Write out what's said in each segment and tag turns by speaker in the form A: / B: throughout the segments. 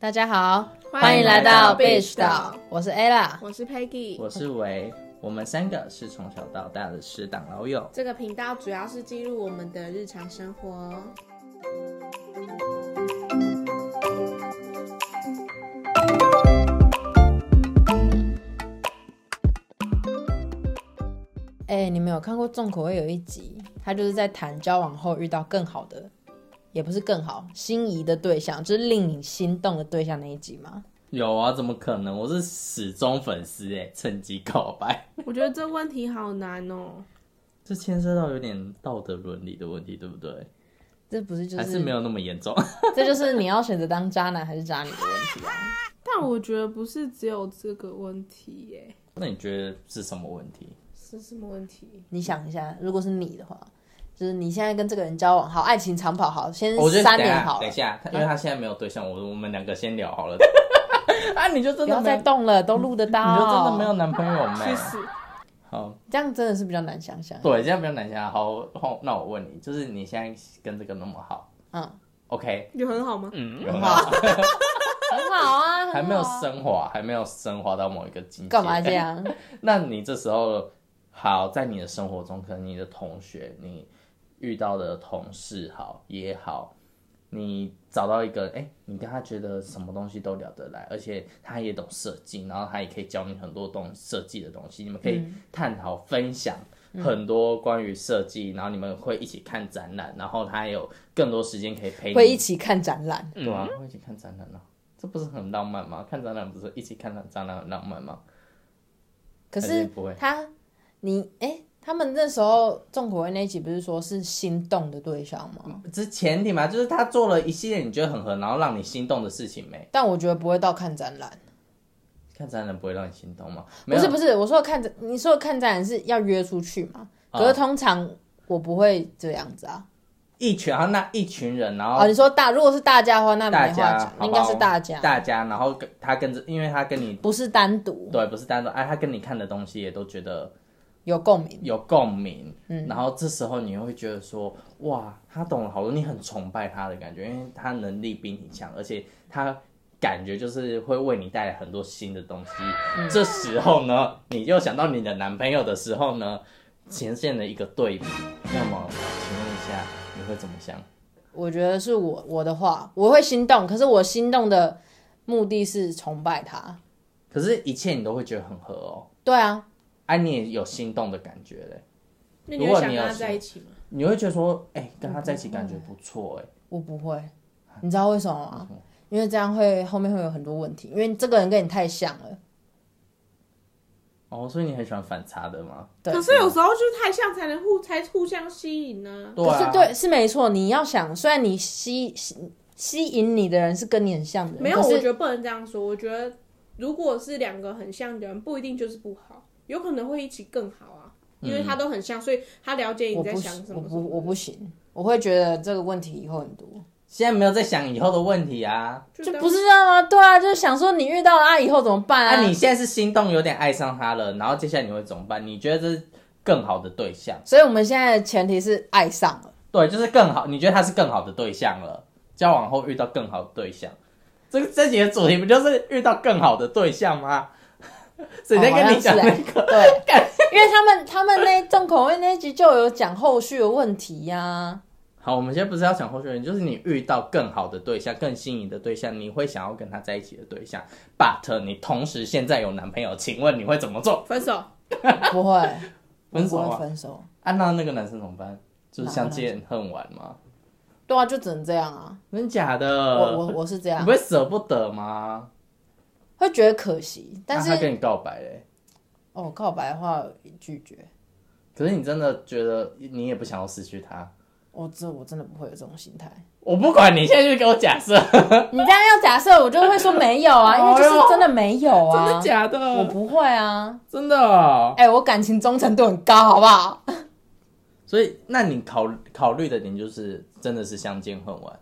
A: 大家好，
B: 欢迎来到
A: Beach
B: Beach 岛，
A: 我是 Ella。
B: 我是 Peggy。
C: 我是维，我们三个是从小到大的死党老友。
B: 这个频道主要是记录我们的日常生活。
A: 哎、你们有看过《重口味》有一集，他就是在谈交往后遇到更好的，也不是更好，心仪的对象，就是令你心动的对象那一集吗？
C: 有啊，怎么可能？我是死忠粉丝哎，趁机告白。
B: 我觉得这问题好难哦。
C: 这牵涉到有点道德伦理的问题，对不对？
A: 这不是就
C: 还是没有那么严重。
A: 这就是你要选择当渣男还是渣女的问题啊！
B: 但我觉得不是只有这个问题耶，
C: 那你觉得是什么问题？
B: 是什么问题？
A: 你想一下，如果是你的话，就是你现在跟这个人交往，好，爱情长跑好，先
C: 我觉得
A: 三
C: 等一
A: 年
C: 下
A: 好
C: 等
A: 了嗯
C: 一，下，他因为他现在没有对象，我我们两个先聊好 了。啊，你就真
A: 不
C: 的
A: 要
C: 没有，
A: 再
C: 你
A: 动了，都录得到。
C: 就真的没有，男朋友没
B: 去？死！
C: 好，
A: 这样真的是比较难想象。
C: 对，这样比较难想。啊好，好那我问你，就是你现在跟这个那么好
A: 嗯，
C: ，OK？
B: 有很好吗？
C: 嗯，
A: 很
C: 很
A: 好
C: 好。
A: 很好啊，很好啊
C: 还没有升华，还没有升华到某一个境界。
A: 干嘛这？样？
C: 那你这时候好，在你的生活中，可能你的同学、你遇到的同事好也好，你找到一个，哎、你跟他觉得什么东西都聊得来，而且他也懂设计，然后他也可以教你很多东设计的东西，你们可以
A: 嗯
C: 探讨、分享。很多关于设计，然后你们会一起看展览，然后他有更多时间可以哎陪你
A: 会一起看展览，
C: 对啊，会一起看展览啊，这不是很浪漫吗？看展览不是一起看展展览很浪漫吗？
A: 可
C: 还是
A: 是
C: 不会
A: 他，你哎、他们那时候重口味那一集不是说是心动的对象吗？
C: 这是前提嘛，就是他做了一系列你觉得很合，然后让你心动的事情没？
A: 但我觉得不会到看展览，
C: 看展览不会让你心动吗？没
A: 不
C: 有
A: 是不是，我说的看展，你说的看展览是要约出去嘛？
C: 啊
A: 可是通常我不会这样子啊。
C: 一群，然后那一群人，然
A: 哦，
C: 后
A: 你说大，如果是大家的话，那
C: 大
A: 没话
C: 家
A: 讲，
C: 好
A: 应
C: 不好
A: 该是大家，
C: 大家，然后跟他跟着，因为他跟你
A: 不是单独
C: 对不是单独，哎、他跟你看的东西也都觉得
A: 有共鸣。
C: 有共鸣，
A: 嗯
C: 然后这时候你会觉得说，哇，他懂了好多，你很崇拜他的感觉，因为他能力比你强，而且他感觉就是会为你带来很多新的东西。
A: 嗯
C: 这时候呢，你又想到你的男朋友的时候呢，呈现了一个对比，那么请问一下，你会怎么想？
A: 我觉得是我我的话，我会心动，可是我心动的目的是崇拜他。
C: 可是，一切你都会觉得很合哦，
A: 对啊，
C: 哎、你也有心动的感觉嘞，
B: 那
C: 如
B: 你
C: 果
B: 会想
C: 你
B: 跟
C: 有
B: 他在一起吗？
C: 你会觉得说，哎、跟他在一起感觉不错，哎，
A: 我不会，你知道为什么吗？因为这样会后面会有很多问题，因为这个人跟你太像了。
C: 哦，所以你很喜欢反差的吗？
A: 对
B: 可是有时候就是太像才能互才互相吸引呢、
C: 对、啊，
A: 可是对，是没错。你要想，虽然你吸吸吸引你的人是跟你很像的人，
B: 没有，
A: 可
B: 我
A: 是
B: 觉得不能这样说。我觉得如果是两个很像的人，不一定就是不好，有可能会一起更好啊。因为他都很像，所以他了解你
A: 嗯我
B: 在
A: 不
B: 想
A: 行
B: 什
A: 我
B: 么。
A: 不我不行，我会觉得这个问题以后很多，
C: 现在没有在想以后的问题啊。
A: 就
B: 就当
A: 不是这样吗？对啊，就是想说你遇到了他以后怎么办
C: 啊，你现在是心动，有点爱上他了，然后接下来你会怎么办？你觉得这是更好的对象？
A: 所以我们现在的前提是爱上了。
C: 对，就是更好，你觉得他是更好的对象了，交往后遇到更好的对象，这个这节主题不就是遇到更好的对象吗？ 谁在跟你
A: 哦
C: 讲那个？
A: 对，因为他们他们那重口味那一集就有讲后续的问题呀、
C: 好，我们现在不是要讲候选人，就是你遇到更好的对象、更心仪的对象，你会想要跟他在一起的对象，but 你同时现在有男朋友，请问你会怎么做？
B: 分手，
A: 不会，
C: 分手
A: 不会
C: 啊？
A: 分手。
C: 啊，那那个男生怎么办？就是相见恨晚吗？
A: 对啊，就只能这样啊。
C: 真假
A: 我
C: 的？
A: 我我是这
C: 你
A: 样
C: 呃不，会舍不得吗？
A: 会觉得可惜，但是、
C: 啊那他跟你告白嘞，
A: 哦，告白的话拒绝，
C: 可是你真的觉得你也不想要失去他。
A: 我这我真的不会有这种心态。
C: 我不管你，现在就给我假设，
A: 你这样要假设，我就会说没有
C: 哦
A: 啊，因为就是真的没有
C: 真
A: 啊
C: 的，假
A: 我
C: 的？
A: 不会啊。
C: 真的哦、
A: 哎、我感情忠诚度很高，好不好？
C: 所以，那你考考虑的点就是真的是相见恨晚。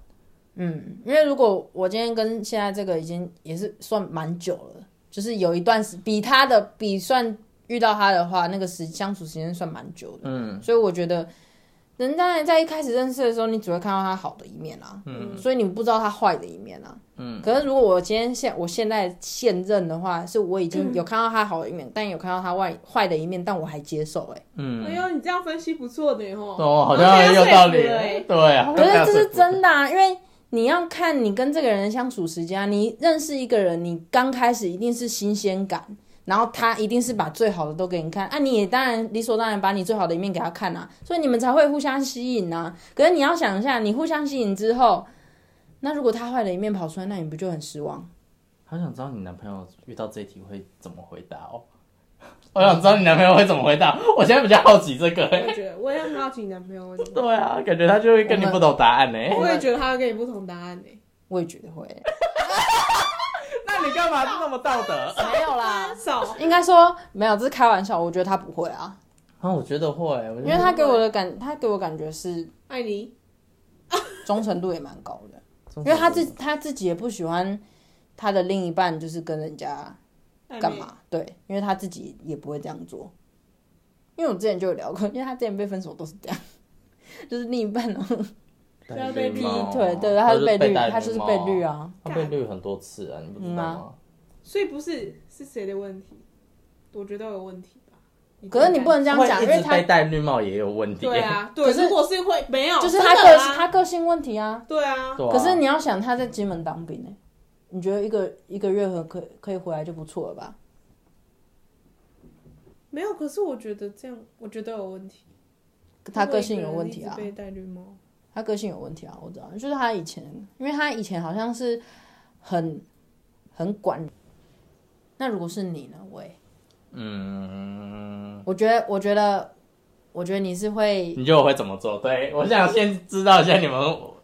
A: 嗯，因为如果我今天跟现在这个已经也是算蛮久了，就是有一段时比他的比算遇到他的话，那个时相处时间算蛮久的。嗯，所以我觉得人当然在一开始认识的时候，你只会看到他好的一面啊，嗯，所以你不知道他坏的一面啊，嗯。可是如果我今天现我现在现任的话，是我已 经有看到他好的一面，但有看到他坏坏的一面，但我还接受、欸，哎。
B: 哎呦，你这样分析不错的哦。
C: 嗯哦，好像很有道
B: 我
C: 理
B: 被他说服了欸，
C: 对啊，
A: 可是这是
C: 的。
A: 真的、啊，因为你要看你跟这个人的相处时间、啊，你认识一个人，你刚开始一定是新鲜感，然后他一定是把最好的都给你看，啊，你也当然理所当然把你最好的一面给他看啊，所以你们才会互相吸引啊。可是你要想一下，你互相吸引之后，那如果他坏的一面跑出来，那你不就很失望？
C: 好想知道你男朋友遇到这一题会怎么回答哦。 我想知道你男朋友会怎么回答，我现在比较好奇这 个、
B: 我
A: 啊
B: 也觉得，我也很好奇你男朋友为什么。
C: 对啊，感觉他就会跟你不同答案呢、
B: 我也觉得他会跟你不同答案呢、
A: 我也觉得会，
C: 那你干嘛那么道德？
A: 没有啦，
B: 哎少
A: 应该说没有，这是开玩笑，我觉得他不会啊，
C: 啊，我觉得会，我
A: 因为他给我的感，他给我感觉是
B: 爱你，
A: 忠诚度也蛮高的。因为他自他自己也不喜欢他的另一半就是跟人家
B: 暧昧
A: 干？嘛，对，因为他自己也不会这样做。因为我之前就有聊过，因为他之前被分手都是这样，就是另一半哦，
C: 他
B: 要被绿
A: 对对，他是被绿，他就是被绿
C: 啊，
A: 啊，
C: 他被绿很多次啊，你不知道吗？
B: 所以不是是谁的问题，我觉得有问题吧。
A: 可是你不能这样讲，
C: 会
A: 因
C: 一
A: 为
C: 直
A: 他
C: 被戴绿帽也有问题。
B: 对啊，
A: 可
B: 对，
A: 是
B: 如果是会没有，
A: 就是他
B: 真的
A: 个
B: 啊
A: 他个性问题啊。
B: 对啊，
C: 对啊，
A: 可是你要想他在金门当兵呢、你觉得一个一个月和可可以回来就不错了吧？
B: 没有。可是我觉得这样，我觉得有问题。
A: 他个性有问题啊
B: 如果一个人一直，被戴绿帽，
A: 他个性有问题啊，我知道，就是他以前，因为他以前好像是很很管。那如果是你呢？喂，
C: 嗯，
A: 我觉得，我觉得，我觉得你是会，
C: 你觉得我会怎么做？对我想先知道一下你们我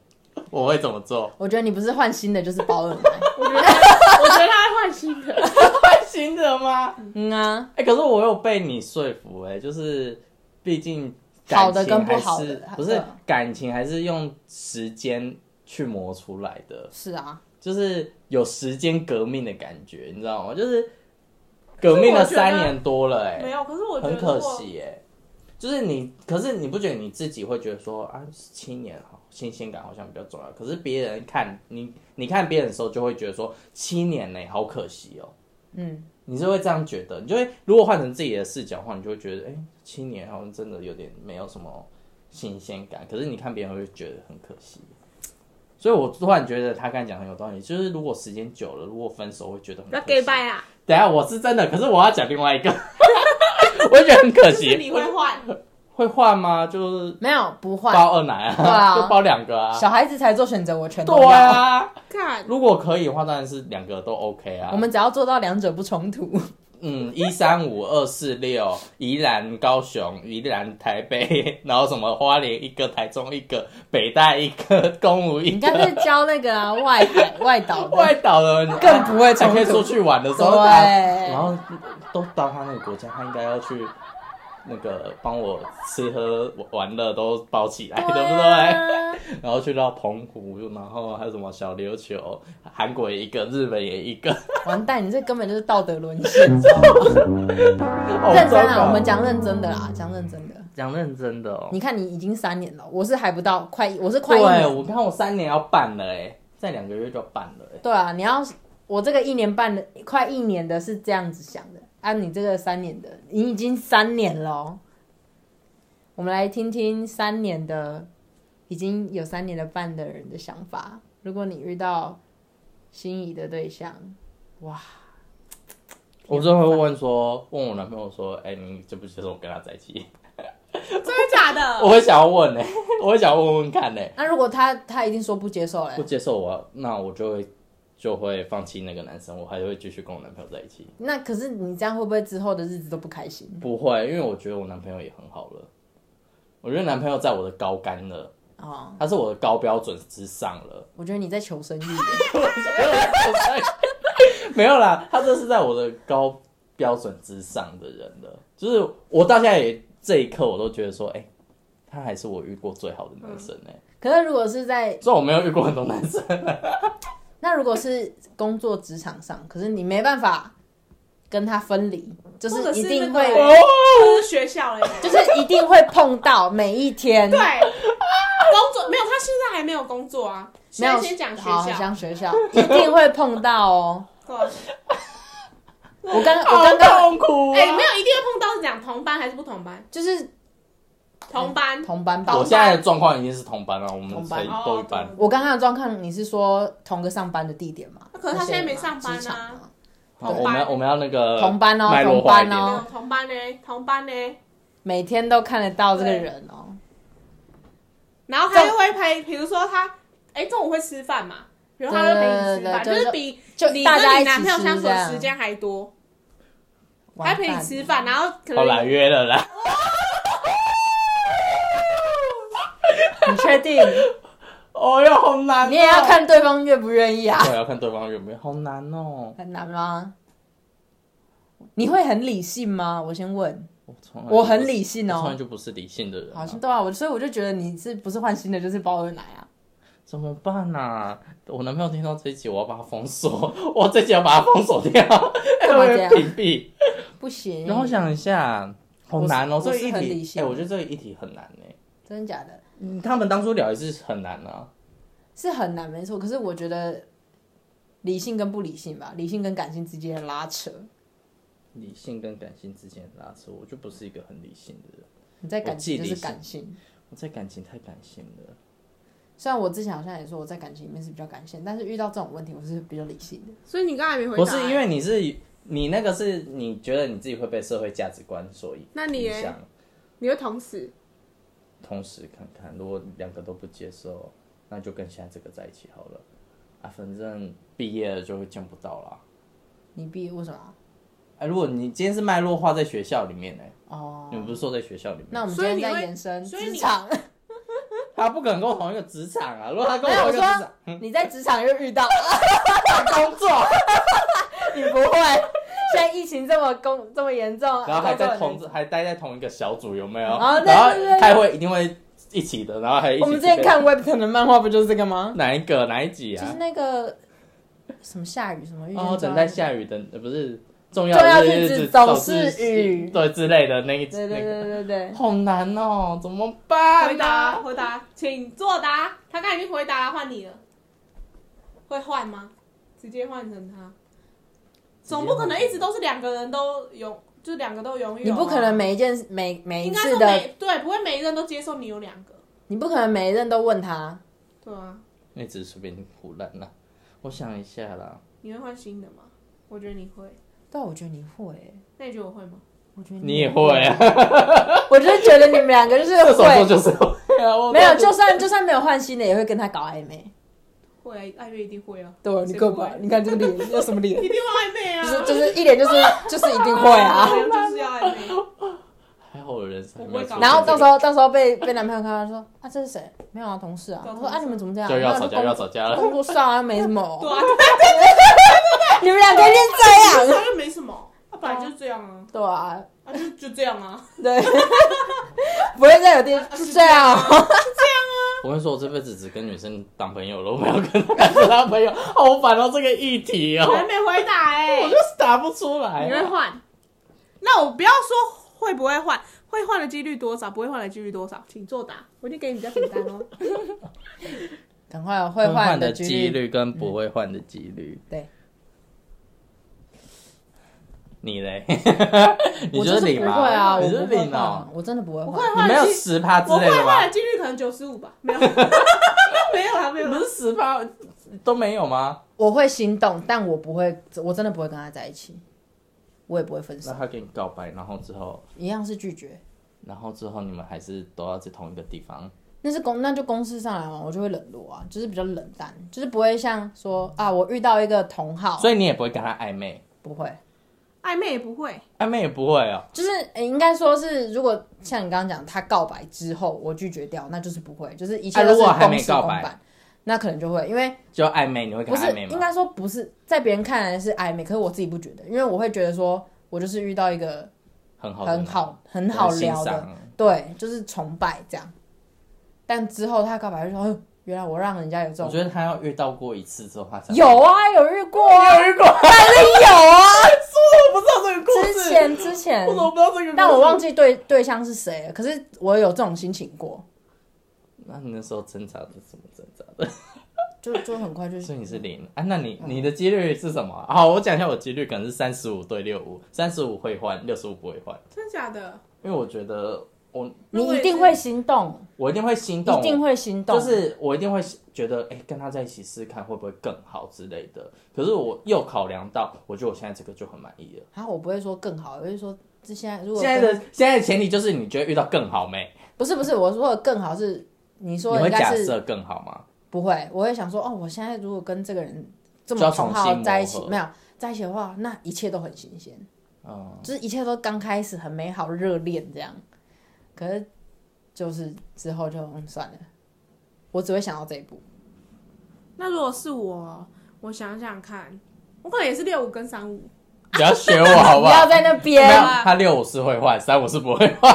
C: 我会怎么做。
A: 我觉得你不是换新的，就是保冷来。
B: 我觉得他我觉得他会换新 的。
C: 会行的吗？
A: 嗯啊，
C: 哎、可是我有被你说服哎、就是毕竟
A: 好
C: 感
A: 的
C: 情
A: 跟不
C: 还
A: 好的
C: 是
A: 还
C: 不是
A: 嗯
C: 感情还是用时间去磨出来的，
A: 是啊，
C: 就是有时间革命的感觉，你知道吗？就是革命了三年多了哎、
B: 没有，可是我觉得
C: 很
B: 如果
C: 可惜哎、就是你，可是你不觉得你自己会觉得说啊，七年好新鲜感好像比较重要，可是别人看你，你看别人的时候就会觉得说七年呢、好可惜哦、
A: 嗯，
C: 你是会这样觉得，你就会如果换成自己的视角的话，你就会觉得，哎、七年好像真的有点没有什么新鲜感。可是你看别人会觉得很可惜，所以我突然觉得他刚才讲很有道理，就是如果时间久了，如果分手会觉得很
B: 那
C: 可
B: gay
C: 惜。
B: 拜啊，
C: 等一下我是真的，可是我要讲另外一个， 我就觉得很可
B: 就是
C: 惜。
B: 你会换，
C: 会换吗？就是
A: 没有不换，
C: 包二奶啊，
A: 对啊
C: 就包两个啊。
A: 小孩子才做选择，我全都
C: 对
A: 要。
C: 啊，
B: 看
C: 如果可以的话，当然是两个都 OK 啊。
A: 我们只要做到两者不冲突，
C: 嗯，一三五二四六，宜兰、高雄、宜兰、台北， 然后什么花莲一个，台中一个，北大一个， 公务
A: 你
C: 一
A: 干
C: 个，
A: 脆教那个啊外海外岛的，
C: 外岛的你
A: 更不会
C: 才
A: 冲
C: 可以出
A: 突。
C: 去玩的时候，
A: 对
C: 他然后都到他那个国家，他应该要去那个帮我吃喝玩乐都包起来，对不对？
A: 啊
C: 然后去到澎湖，然后还有什么小琉球，韩国也一个，日本也一个，
A: 完蛋，你这根本就是道德 沦陷，你知道吗？
C: 好
A: 认真
C: 糟糕
A: 啊，我们讲认真的啦，讲认真的。
C: 讲认真的哦。
A: 你看，你已经三年了，我是还不到快一，我是快一
C: 对，
A: 年，
C: 我看我三年要办了哎、欸，再两个月就要办了哎、欸。
A: 对啊，你要我这个一年半的，快一年的是这样子想的，按、你这个三年的，你已经三年了哦、我们来听听三年的，已经有三年的半的人的想法。如果你遇到心仪的对象，哇，
C: 我就会问说，问我男朋友说，哎、你接不接受我跟他在一起？
B: 真的假的？
C: 我会想要问 哎、欸，我会想要问问看哎、欸，
A: 那如果他他一定说不接受嘞
C: 不，接受我，那我就会就会放弃那个男生，我还是会继续跟我男朋友在一起。
A: 那可是你这样会不会之后的日子都不开心？
C: 不会，因为我觉得我男朋友也很好了，我觉得男朋友在我的高杆了，
A: 哦，
C: 他是我的高标准之上了。
A: 我觉得你在求生欲耶，
C: 没有啦，他这是在我的高标准之上的人了。就是我到现在也这一刻，我都觉得说，哎、他还是我遇过最好的男生哎、
A: 可是如果是在
C: 虽然我没有遇过很多男生，
A: 那如果是工作职场上，可是你没办法跟他分离，就
B: 或者
A: 一
B: 是那
A: 定
B: 个
A: 会，
C: 哦
B: 或者是学校嘞，
A: 就是一定会碰到每一天。
B: 对，工作没有，他现在还没有工作啊。
A: 没
B: 现
A: 有
B: 在先讲学
A: 好
B: 校，
A: 讲学校一定会碰到 哦。
B: 对啊
A: 我刚我
C: 好
A: 刚刚
C: 痛苦啊！
B: 哎，没有一定会碰到是讲同班还是不同班？
A: 就是
B: 同班，
A: 同班吧
C: 我，现在的状况已经是同班了，我们
A: 同班
C: 才都一班
B: 哦。
A: 我刚刚的状况，你是说同个上班的地点吗？
B: 可是他现在没上班啊
A: 那些嘛职场嘛
C: 好，
B: 同
C: 我们要
B: 班
C: 我们要那个
A: 同班哦
C: 脉络
A: 同
C: 化一
A: 班
C: 点。
B: 没
A: 哦
B: 有同班呢，同班呢。
A: 每天都看得到这个人哦。
B: 然后他又会陪，比如说他，哎，中午会吃饭嘛，比如他会陪你吃
A: 对
B: 饭，
A: 对
B: 就
A: 对
B: 是比
A: 就
B: 你
A: 大
B: 跟
A: 家
B: 你
A: 一起
B: 男朋友
A: 吃
B: 相处
A: 这
B: 的
A: 样
B: 时间还多，还
A: 完
B: 陪
A: 蛋
B: 你
A: 了
B: 吃饭，然后可
C: 好啦，
B: 能
C: 约了啦。
A: 你确定？
C: 哦哟，好难哦
A: 你也要。看对方愿不愿意啊？
C: 对，要看对方有没有，好难哦。
A: 很难吗？你会很理性吗？我先问，
C: 我从来
A: 我很理性
C: 我从来
A: 哦。
C: 就不是理性的人啊。
A: 好像对啊，我所以我就觉得你是不是换新的就是包二奶啊？
C: 怎么办啊？我男朋友听到这一集，我要把他封锁， 我这集要把他封锁掉， 哎
A: 干嘛这
C: 会
A: 样
C: 屏蔽。
A: 不行，
C: 然后想一下，好难哦，
A: 我是我是
C: 这个
A: 很
C: 议
A: 理
C: 题，
A: 性
C: 哎，我觉得这个议题很难哎。
A: 真的假的？
C: 他们当初聊也是很难啊。
A: 是很难，没错。可是我觉得理性跟不理性吧，理性跟感性之间的拉扯，
C: 理性跟感性之间的拉扯，我就不是一个很理性的人，
A: 你在
C: 我
A: 感
C: 既
A: 情就是
C: 理性
A: 感性。
C: 我在感情太感性了。
A: 虽然我之前好像也说我在感情里面是比较感性，但是遇到这种问题我是比较理性的。
B: 所以你刚才没回答。欸
C: 不是因为你是你那个是你觉得你自己会被社会价值观所影
B: 那你
C: 影
B: 耶
C: 响，
B: 你会捅死，
C: 同时看看，如果两个都不接受，那就跟现在这个在一起好了。啊，反正毕业了就会见不到啦。
A: 你毕业为什么？
C: 哎、如果你今天是脉络化在学校里面呢、
A: 哦，
C: 你们不是说在学校里面？
A: 那我们今
B: 所以
A: 天
B: 你
A: 在
B: 会
A: 延伸
B: 所以
A: 职
B: 你
A: 场。
C: 他不可能跟我同一个职场啊！如果他跟
A: 没有，
C: 我
A: 我
C: 同一个职场
A: 说，你在职场又遇到，
C: 嗯工作，
A: 你不会。现在疫情这么工这么严重，
C: 然后还在
A: 工
C: 同
A: 作
C: 还待在同一个小组，有没有？
A: 哦对
C: 然后
A: 对对对
C: 开会一定会一起的，然后还
A: 也
C: 一起
A: 我们之前
C: 去
A: 看 Webton 的漫画不就是这个吗？
C: 哪一个哪一集
A: 就是
C: 啊？
A: 那个什么下雨什么遇啊见
C: 哦，
A: 抓
C: 等待下雨的呃不是
A: 重
C: 重
A: 要
C: 的
A: 日
C: 日
A: 子
C: 子
A: 总
C: 是
A: 是雨
C: 对之类的那一集
A: 对对
C: 那个
A: 对对对，
C: 好难哦，怎么办、
B: 回答，回答，请作答。他刚才已经回答了，换你了。会换吗？直接换成他，总不可能一直都是两个人都有，就两个都拥有。啊
A: 你不可能，每一件每每一
B: 应该
A: 次
B: 说
A: 的，
B: 每对，不会每一任都接受你有两个，
A: 你不可能每一任都问他，
B: 对啊，
C: 那只是随便胡乱啦。我想一下啦，
B: 你会换新的吗？我觉得你会，
A: 但我觉得你会欸，
B: 那你觉得我会吗？
A: 我觉得
C: 你也会啊，
A: 我就是觉得你们两个就是
C: 射手座
A: 会，
C: 就是会啊，我
A: 没有，就算就算没有换新的，也会跟他搞暧昧。
B: 会啊，爱月一定会啊，
A: 对，你
B: 谁
A: 干
B: 不
A: 嘛？
B: 会
A: 你哦看这个脸，要什么 脸
B: 一？定会暧昧啊，
A: 就是就是一脸就是就是一定会 啊。
B: 没有就是要暧昧，
C: 还好我人生
B: 我
C: 还
B: 不
C: 没
B: 会
C: 有
B: 搞
C: 出现这个，
A: 然后到时候到时候被被男朋友看到说啊这是谁？没有啊，同事啊。
B: 对
A: 我说啊你们怎么这样？
C: 就要
A: 没有
C: 吵架又要吵架了，
A: 工作上啊没什么。
B: 对啊，
A: 你们两个一定这样。
B: 这又没什么，他本来就是这样啊，
A: 对啊，
B: 啊就就这样啊，
A: 对， 不会再有第是这样哦。
C: 我跟你说，我这辈子只跟女生当朋友了，我没有跟男生当朋友，好烦哦，这个议题哦，
B: 还没回答哎、
C: 我就是答不出来
B: 你会
C: 啊。
B: 换？那我不要说会不会换，会换的几率多少，不会换的几率多少，请作答。我就给你比较简单哦。
A: 赶快会换
C: 换
A: 的
C: 几
A: 几率。
C: 率跟不会换的几率，
A: 对，
C: 你嘞？你
A: 我
C: 觉得
A: 就是
C: 零
A: 不
C: 吗？
A: 会啊，我
C: 你
A: 不
C: 就是
A: 会
C: 零
A: 换
C: 哦，，
A: 我真的不会啊
B: 我
A: 换
B: 会。
C: 你
B: 换
C: 没
B: 的
C: 有
B: 几，
C: 十趴之
B: 我
C: 类
B: 会
C: 的吗
B: 换？的几率可能九十五吧，没有， 没有啦，啊没有
C: 不
B: 啦。
C: 是十趴都没有吗？
A: 我会心动，但我不会，我真的不会跟他在一起，我也不会分手
C: 那，他跟你告白，然后之后，
A: 一样是拒绝。
C: 然后之后你们还是都要在同一个地方。
A: 那是公，那就公事上来嘛，我就会冷落啊，就是比较冷淡，就是不会像说啊，我遇到一个同好，
C: 所以你也不会跟他暧昧，
A: 不会，
B: 暧昧也不会，
C: 暧昧也不会哦。
A: 就是、诶应该说是，如果像你刚刚讲，他告白之后我拒绝掉，那就是不会，就是一切
C: 啊
A: 都
C: 如
A: 是
C: 果还
A: 公
C: 没
A: 事
C: 告
A: 公
C: 白
A: 办，那可能就会，因为
C: 就暧昧，你会跟
A: 不
C: 他
A: 是
C: 暧昧
A: 应
C: 吗？
A: 该说不是在别人看来是暧昧，可是我自己不觉得，因为我会觉得说我就是遇到一个
C: 很好的，
A: 很好很好
C: 欣
A: 聊的，
C: 赏。
A: 对，就是崇拜这样。但之后他告白就说，哦，原来我让人家有这
C: 我
A: 种。
C: 觉得他要遇到过一次之后，他 才
A: 有啊，有遇过啊，
C: 有遇 过，
A: 当然有 啊。
C: 我不知道这个故
A: 之
C: 事，
A: 前之前
B: 我，怎么不知道这个故事？
A: 但我忘记对对象是谁了。可是我有这种心情过，
C: 那你那时候挣扎的怎么挣扎的？
A: 就就很快就
C: 所
A: 是
C: 以你是零啊？那你你的几率是什么啊？好，我讲一下我几率，可能是三十五对六五，三十五会换，六十五不会换，
B: 真假的？
C: 因为我觉得我
A: 你一定会心动，
C: 我一定会心动，
A: 一定会心动，
C: 就是我一定会觉得，哎、跟他在一起试试看会不会更好之类的。可是我又考量到，我觉得我现在这个就很满意了。
A: 啊，我不会说更好，我就说这现在如果
C: 现在
A: 跟
C: 的现在的前提就是你觉得遇到更好没？
A: 不是不是，我说的更好是你
C: 你
A: 说的
C: 会
A: 应
C: 假
A: 该是
C: 设更好吗？
A: 不会，我会想说，哦，我现在如果跟这个人这
C: 就
A: 么
C: 要重
A: 同
C: 新
A: 好
C: 磨
A: 在一起
C: 合，
A: 没有在一起的话，那一切都很新鲜，
C: 嗯，
A: 就是一切都刚开始，很美好、热恋这样。可是就是之后就嗯算了，我只会想到这一步。
B: 那如果是我，我想想看，我可能也是六五跟三五，
C: 不要学我好不
A: 不要啊
C: 好？
A: 在那
C: 没有
A: 边，
C: 他六五是会换，三五是 不会换。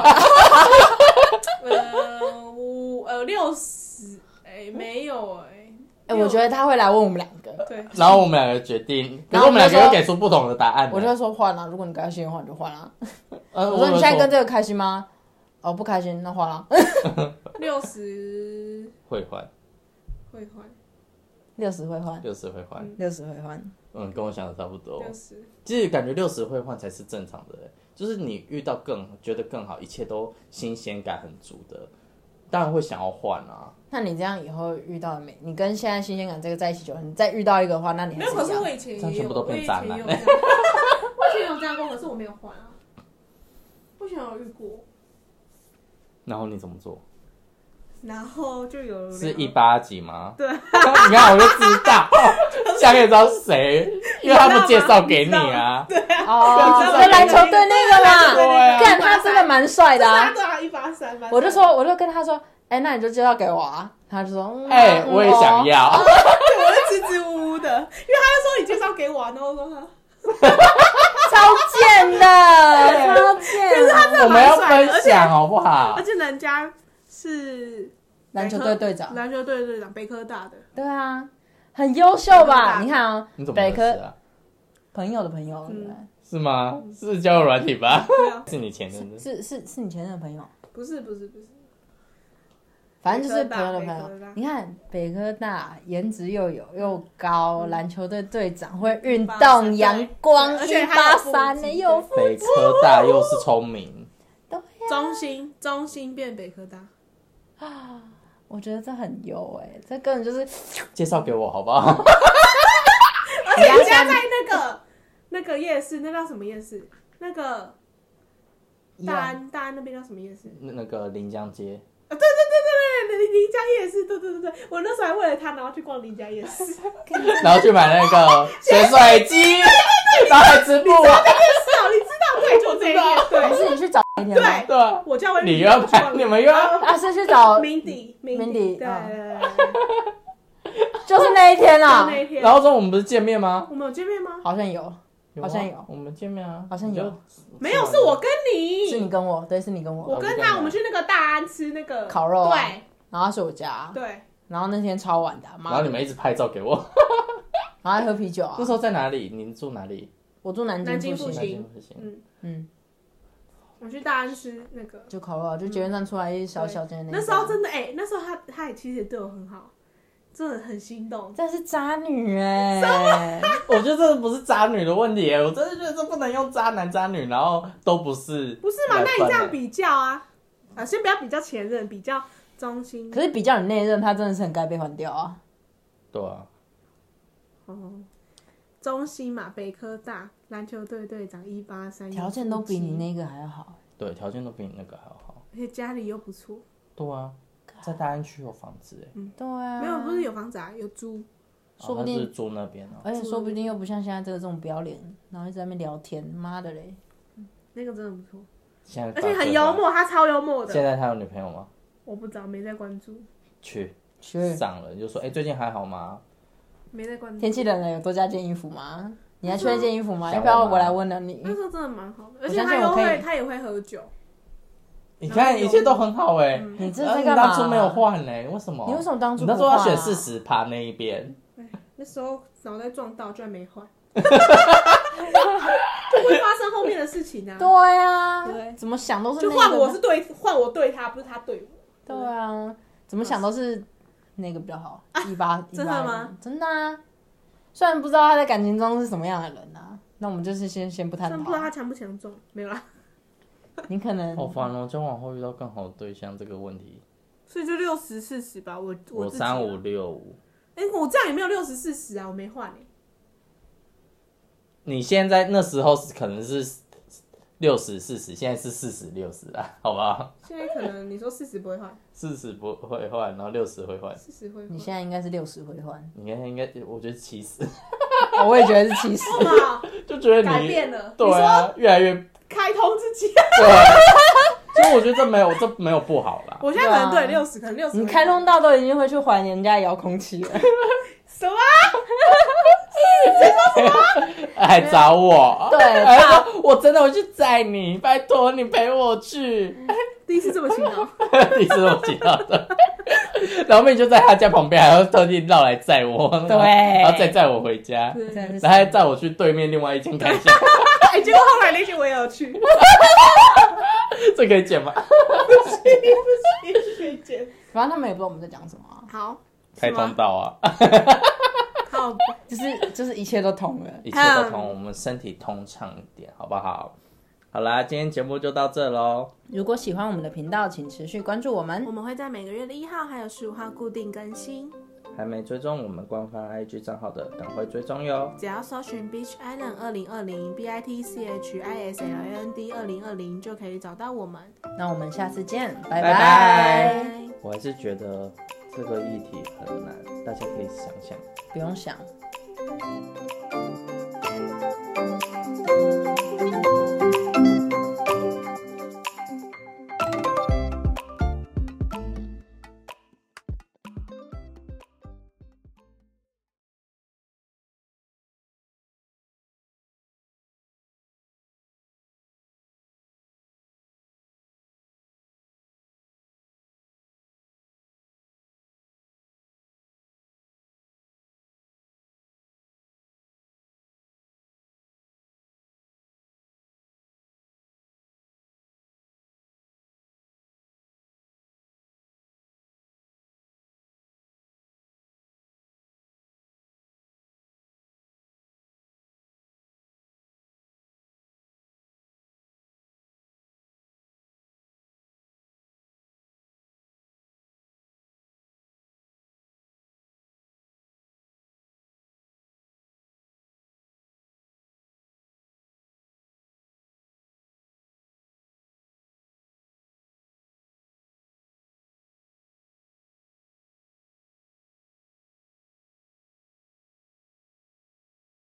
B: 呃，五呃六十，哎，没有哎、
A: 哎、我觉得他会来问我们两个，
B: 对，
C: 然后我们两个决定，可
A: 然
C: 是
A: 后
C: 我
A: 我
C: 们
A: 们
C: 两
A: 就
C: 个又给出不同的答案呢。
A: 我就会说换了、啊如果你高兴的话，你就换了、啊
C: 呃，
A: 我说你现在跟
C: 这
A: 这个开心吗？哦，不开心，那换了、
B: 六十
C: 会换，
B: 会换，
A: 六十会换，
C: 六十会换，
A: 六十会换。
C: 嗯，跟我想的差不多。
B: 六十
C: 其实感觉六十会换才是正常的欸，就是你遇到更觉得更好，一切都新鲜感很足的，当然会想要换啊。
A: 那你这样以后遇到没？你跟现在新鲜感这个在一起久了，你再遇到一个的话，那你还
B: 没
A: 是
B: 有。可
A: 一
B: 是
A: 样
B: 我。以前
C: 这样
B: 也
C: 全
B: 有，
C: 部都
B: 我
C: 变
B: 以
C: 渣
B: 前也
C: 男
B: 有这样， 我以前有这样过，可是我没有换啊，我以前有遇过，
C: 然后你怎么做？
B: 然后就有
C: 是
B: 两
C: 一八几吗？对， 你看我就知道， 想也知道是谁，因为他们介绍给你啊。对，
A: 哦，
B: 你知道吗
A: 是篮球队那个
B: 对
A: 啦，
C: 啊，
A: 看他真的蛮帅的
B: 他
A: 啊。
B: 对啊，一八三，
A: 我就说，我就跟他说，哎，那你就介绍给我啊。他就说，嗯
C: 哎， 我也想。
A: 嗯哦
C: 要，
B: 对，我就支支吾吾的，因为他就说你介绍给我啊，然后我说 哈
A: 超贱的，超贱。
C: 我们要分享好不好
B: 而？且人家是
A: 篮球队队长，
B: 篮球队队长，北科大的，
A: 对啊，很优秀吧？你看啊
C: 你怎，么
A: 北
C: 认识
A: 科
C: 啊？
A: 朋友的朋友，对不对
C: 是吗？是交友软体吧？
B: 对啊，
C: 是你前任的，
A: 是是是你前任的朋友，
B: 不是不是不是，
A: 反正就是朋友的朋
B: 北科大
A: 友。你看北科大颜值又有又高，篮球队队长会运
B: 183
A: 动
B: 嗯对
A: 阳光，
B: 而
A: 一
B: 且还
A: 八
B: 有腹
A: 三
B: 肌
A: 呢
B: 对
A: 又有腹
C: 北科大又是聪明。
A: 对啊
B: 中心中心变北科大，
A: 我觉得这很优哎、这根本就是
C: 介绍给我好不好？
B: 而且人家在那个那个夜市，那叫什么夜市？那个大安大安那边叫什么夜市？
C: 那那个临江街，
B: 啊，对对对对对，林林家夜市，对对对对，我那时候还为了他，然后去逛林家夜市，
C: 然后去买那个水水鸡，然后还织布，
B: 是 哦，你知道，对，就这一页，
A: 还
B: 对
A: 是你去找一天吧
B: 对，
C: 对，
B: 我叫我
C: 你又要买，你们又要
A: 啊，是去找
B: 明迪明迪，
A: Mindy，
B: 对
A: 嗯
B: 对对对。
A: 就是那一天
B: 就
A: 啊
B: 那，一天，
C: 然后说我们不是见面吗？
B: 我们有见面吗？
A: 好像有，
C: 啊
A: 好像有
C: 我们见面啊，
A: 好像有
C: 你就，啊
B: 没有，是我跟你，
A: 是你跟我，对，是你跟
B: 我
A: 我，
B: 跟
C: 哦我跟啊他
B: 他，我们去那个大安吃那个
A: 烤肉啊
B: 对
A: 然后他睡我家，
B: 对，
A: 然后那天超晚的啊，
C: 然
A: 妈
C: 后
A: 的，
C: 你们一直拍照给我。
A: 然后还喝啤酒啊
C: 那，时候在哪里？ 你住哪里？
A: 我住南
B: 南
A: 京
B: 京
A: 复
B: 复
A: 兴，
B: 兴
C: 南京不行，
B: 嗯
A: 嗯，
B: 我们去大安吃那个，
A: 就烤肉啊，就捷运站出来一小小间的
B: 嗯那
A: 一
B: 时候
A: 家
B: 真的哎，那时候他他也其实也对我很好，真的很心动。
A: 真是渣女哎，
C: 我觉得这不是渣女的问题啊耶，我真的觉得这不能用渣男渣女，然后都不是，
B: 不是嘛？那你这样，比较啊，啊，先不要比较前任，比较中 心
A: 可。是比较你那一任，他真的是很该被换掉啊，
C: 对啊，
B: 哦，中心嘛，北科大篮球队队长一八三，
A: 条件都比你，那个还要好，
C: 对，条件都比你那个还要好，
B: 而且家里又不错，
C: 对啊，在大安区有房子哎，
B: 嗯
A: 对啊，
B: 没有不是有房子啊，有租，
A: 说不定
C: 好像是住那边啊，
B: 哎
A: 而且说不定又不像现在这个这种不要脸，然后一直在那边聊天，妈的嘞！
B: 那个真的不错，
C: 现在
B: 而且很幽默，他超幽默的。
C: 现在他有女朋友吗？
B: 我不知道，没在关注，
C: 去
A: 去
C: 上了，你就说哎、最近还好吗？
B: 没在关注。
A: 天气冷了，有多加件衣服吗？
B: 啊
A: 你还缺一件衣服吗？
C: 想
A: 要
C: 我
A: 不要我来温暖你
B: 那？时候真的蛮好的，而
A: 我
B: 且
A: 相信
B: 他又
A: 我可以
B: 会，他也会喝酒，
C: 你
B: 然
C: 看
B: 后有嗯
C: 一切都很好哎、
A: 你嗯这
C: 然后
A: 在
C: 你
A: 干嘛？
C: 当初没有换哎、为什么？
A: 你为什么当初
C: 你那时候
A: 不
C: 要
A: 换
C: 选
A: 啊
C: 四十趴那一边，
B: 那时候脑袋撞到，居然没换， 就会发生后面的事情啊。
A: 对呀、
B: 对
A: 怎么想都是
B: 就
A: 那个
B: 换我是对，换我对他，不是他对我。
A: 对啊，怎么想都是那个比较 好。一八
B: 真的吗？
A: 18真的啊，虽然不知道他在感情中是什么样的人啊，那我们就是先先不
B: 虽
A: 探
B: 然不
A: 讨啊
B: 知道。他强不强壮，没有啦，
A: 你可能
C: 好烦哦！交往后遇到更好的对象这个问题，
B: 所以就六十四十吧。我
C: 我
B: 自己啊
C: 三五，六五，
B: 哎、我这样也没有六十四十啊，我没换哎、
C: 你现在那时候是可能是六十四十，现在是四十六十啦，好不好？
B: 现在可能你说四十不会换，
C: 四十不会换，然后六十会换，，
B: 四十会换
A: 你。现在应该是六十回换
C: 你应该应该，我觉得七十，
A: 哦我也觉得是七十。
B: 嘛，
C: 就觉得你
B: 改变了
C: 对啊，越来越
B: 开通自己。
C: 对啊。 其实我觉得这没有这没有不好啦，
B: 我现在可能对
A: 对啊
B: 六十，可能六 十。
A: 你开通到都已经会去还人家遥控器了，
B: 什么？
C: 还找我，
A: 对
C: 还说我真的我去载你，拜托你陪我去，
B: 第一次这么勤劳，
C: 你是我知道的。 然后妹就在他家旁边，还要特地绕来载我，
A: 对
C: 然后再载我回家，
B: 对
A: 真的
C: 然后还
A: 是。
C: 载我去对面另外一 间开箱，
B: 哎、结果后来那天我也有去，
C: 这可以剪吗？
B: 不行，学姐。
A: 反正他们也不知道我们在讲什么啊、
B: 好，
C: 开通道啊，
B: 好，
A: 就是就是一切都通了。
C: 一切都通，我们身体通畅一点，好不好？好啦，今天节目就到这喽。
A: 如果喜欢我们的频道，请持续关注我们
B: 我。们会在每个月的一号还有十五号固定更新，
C: 还没追踪我们官方 IG 账号的，赶快追踪哟！
B: 只要搜寻 Beach Island 二零二零 B I T C H I S L A N D 二零二零就可以找到我们。
A: 那我们下次见，
C: 拜
A: 拜
C: 拜
A: 拜。
B: 拜。
C: 我还是觉得这个议题很难，大家可以想想。
A: 不用想。